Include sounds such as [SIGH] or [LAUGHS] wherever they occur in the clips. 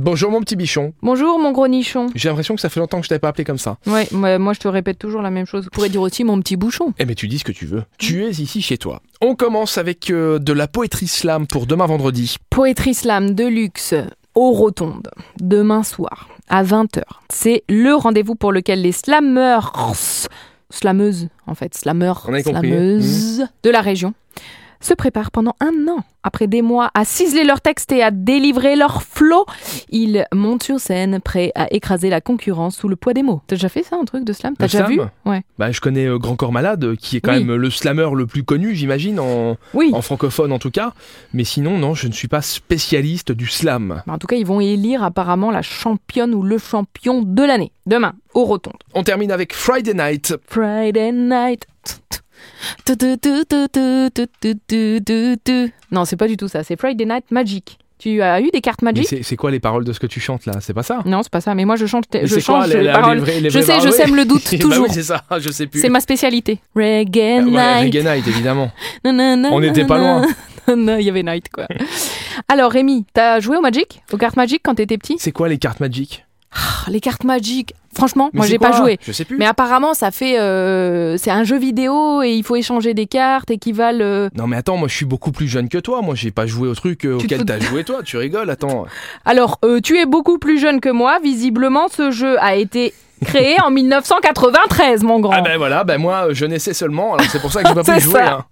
Bonjour mon petit bichon. Bonjour mon gros nichon. J'ai l'impression que ça fait longtemps que je t'avais pas appelé comme ça. Ouais, moi, moi, je te répète toujours la même chose. Je pourrais dire aussi mon petit bouchon. Eh mais tu dis ce que tu veux. Tu es ici chez toi. On commence avec euh, de la poétrie slam pour demain vendredi. Poétrie slam de luxe aux rotondes, demain soir, à 20h. C'est le rendez-vous pour lequel les slammeurs, slameuses en fait, slammeurs, On a compris. Mmh. slameuses de la région, se préparent pendant un an. Après des mois à ciseler leurs textes et à délivrer leur flot, ils montent sur scène prêts à écraser la concurrence sous le poids des mots. T'as déjà fait ça, un truc de slam T'as Le déjà slam vu Ouais. Bah je connais euh, Grand Corps Malade euh, qui est quand Oui. même euh, le slammer le plus connu j'imagine en, Oui. en francophone en tout cas. Mais sinon non je ne suis pas spécialiste du slam. Bah, en tout cas, ils vont élire apparemment la championne ou le champion de l'année. Demain, au rotonde. On termine avec Friday Night. Friday night. Tu, tu, tu, tu, tu, tu, tu, tu, tu, tu. Non, c'est pas du tout ça. C'est Friday night magic. Tu as eu des cartes Mais magic c'est c'est quoi les paroles de ce que tu chantes là C'est pas ça Non, c'est pas ça. Mais moi, je chante. Mais Euh, Je c'est quoi, change les- de les- parole. les vrais- les je vrais sais, je paroles sème [LAUGHS] le Bah oui, doute toujours. c'est ça, je sais plus. c'est ma spécialité. Reggae Ah, ouais, night. Reggae Night évidemment. Nanana, On n'était pas [LAUGHS] loin. nanana. Il y avait night quoi. Alors Rémi, t'as joué au magic, aux cartes magiques quand t'étais petit C'est quoi les cartes magiques Ah, Les cartes magiques. Franchement, moi, j'ai pas joué. Je sais plus. Mais apparemment, ça fait. euh, c'est un jeu vidéo et il faut échanger des cartes et qui valent. euh. Non mais attends, moi je suis beaucoup plus jeune que toi, moi j'ai pas joué au truc euh, Tu te auquel fous de- t'as joué toi, tu rigoles, [LAUGHS] attends. Alors, euh, tu es beaucoup plus jeune que moi. Visiblement, ce jeu a été créé en [LAUGHS] 1993, mon grand. Ah ben voilà, ben moi euh, je naissais seulement, alors c'est pour ça que j'ai [LAUGHS] pas pu C'est jouer. ça. hein.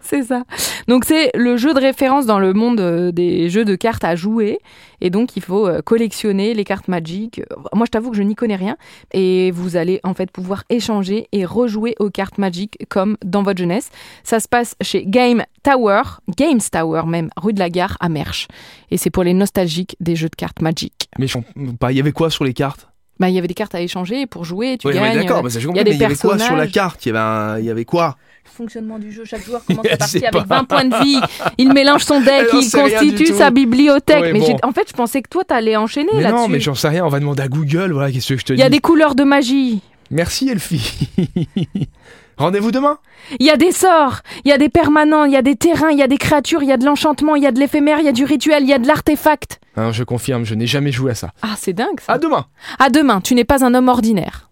C'est ça. Donc, c'est le jeu de référence dans le monde euh, des jeux de cartes à jouer. Et donc, il faut euh, collectionner les cartes magiques. Euh, Moi, je t'avoue que je n'y connais rien. Et vous allez en fait pouvoir échanger et rejouer aux cartes magiques comme dans votre jeunesse. Ça se passe chez Game Tower, Games Tower même, rue de la Gare à Merche. Et c'est pour les nostalgiques des jeux de cartes magiques. Mais je comprends pas, il y avait quoi sur les cartes Bah, il y avait des cartes à échanger et pour jouer, tu Oui, mais gagnes. d'accord, euh, mais ça, j'ai y compris, a mais des il y avait quoi sur la personnages. carte Il y avait un- il y avait quoi fonctionnement du jeu. Chaque [LAUGHS] joueur commence Je sa partie sais avec pas. 20 points de vie. Il mélange son deck, Elle en il sait rien du constitue tout. sa bibliothèque. Ouais, mais bon. j'ai- en fait, je pensais que toi, t'allais enchaîner Mais non, mais là-dessus. j'en sais rien, on va demander à Google, voilà, qu'est-ce que je te Il y dis. a des couleurs de magie, Merci Elfie. [LAUGHS] Rendez-vous demain il y a des sorts, il y a des permanents, il y a des terrains, il y a des créatures, il y a de l'enchantement, il y a de l'éphémère, il y a du rituel, il y a de l'artefact. Hein, Je confirme, je n'ai jamais joué à ça. Ah, c'est dingue ça. À demain À demain, tu n'es pas un homme ordinaire.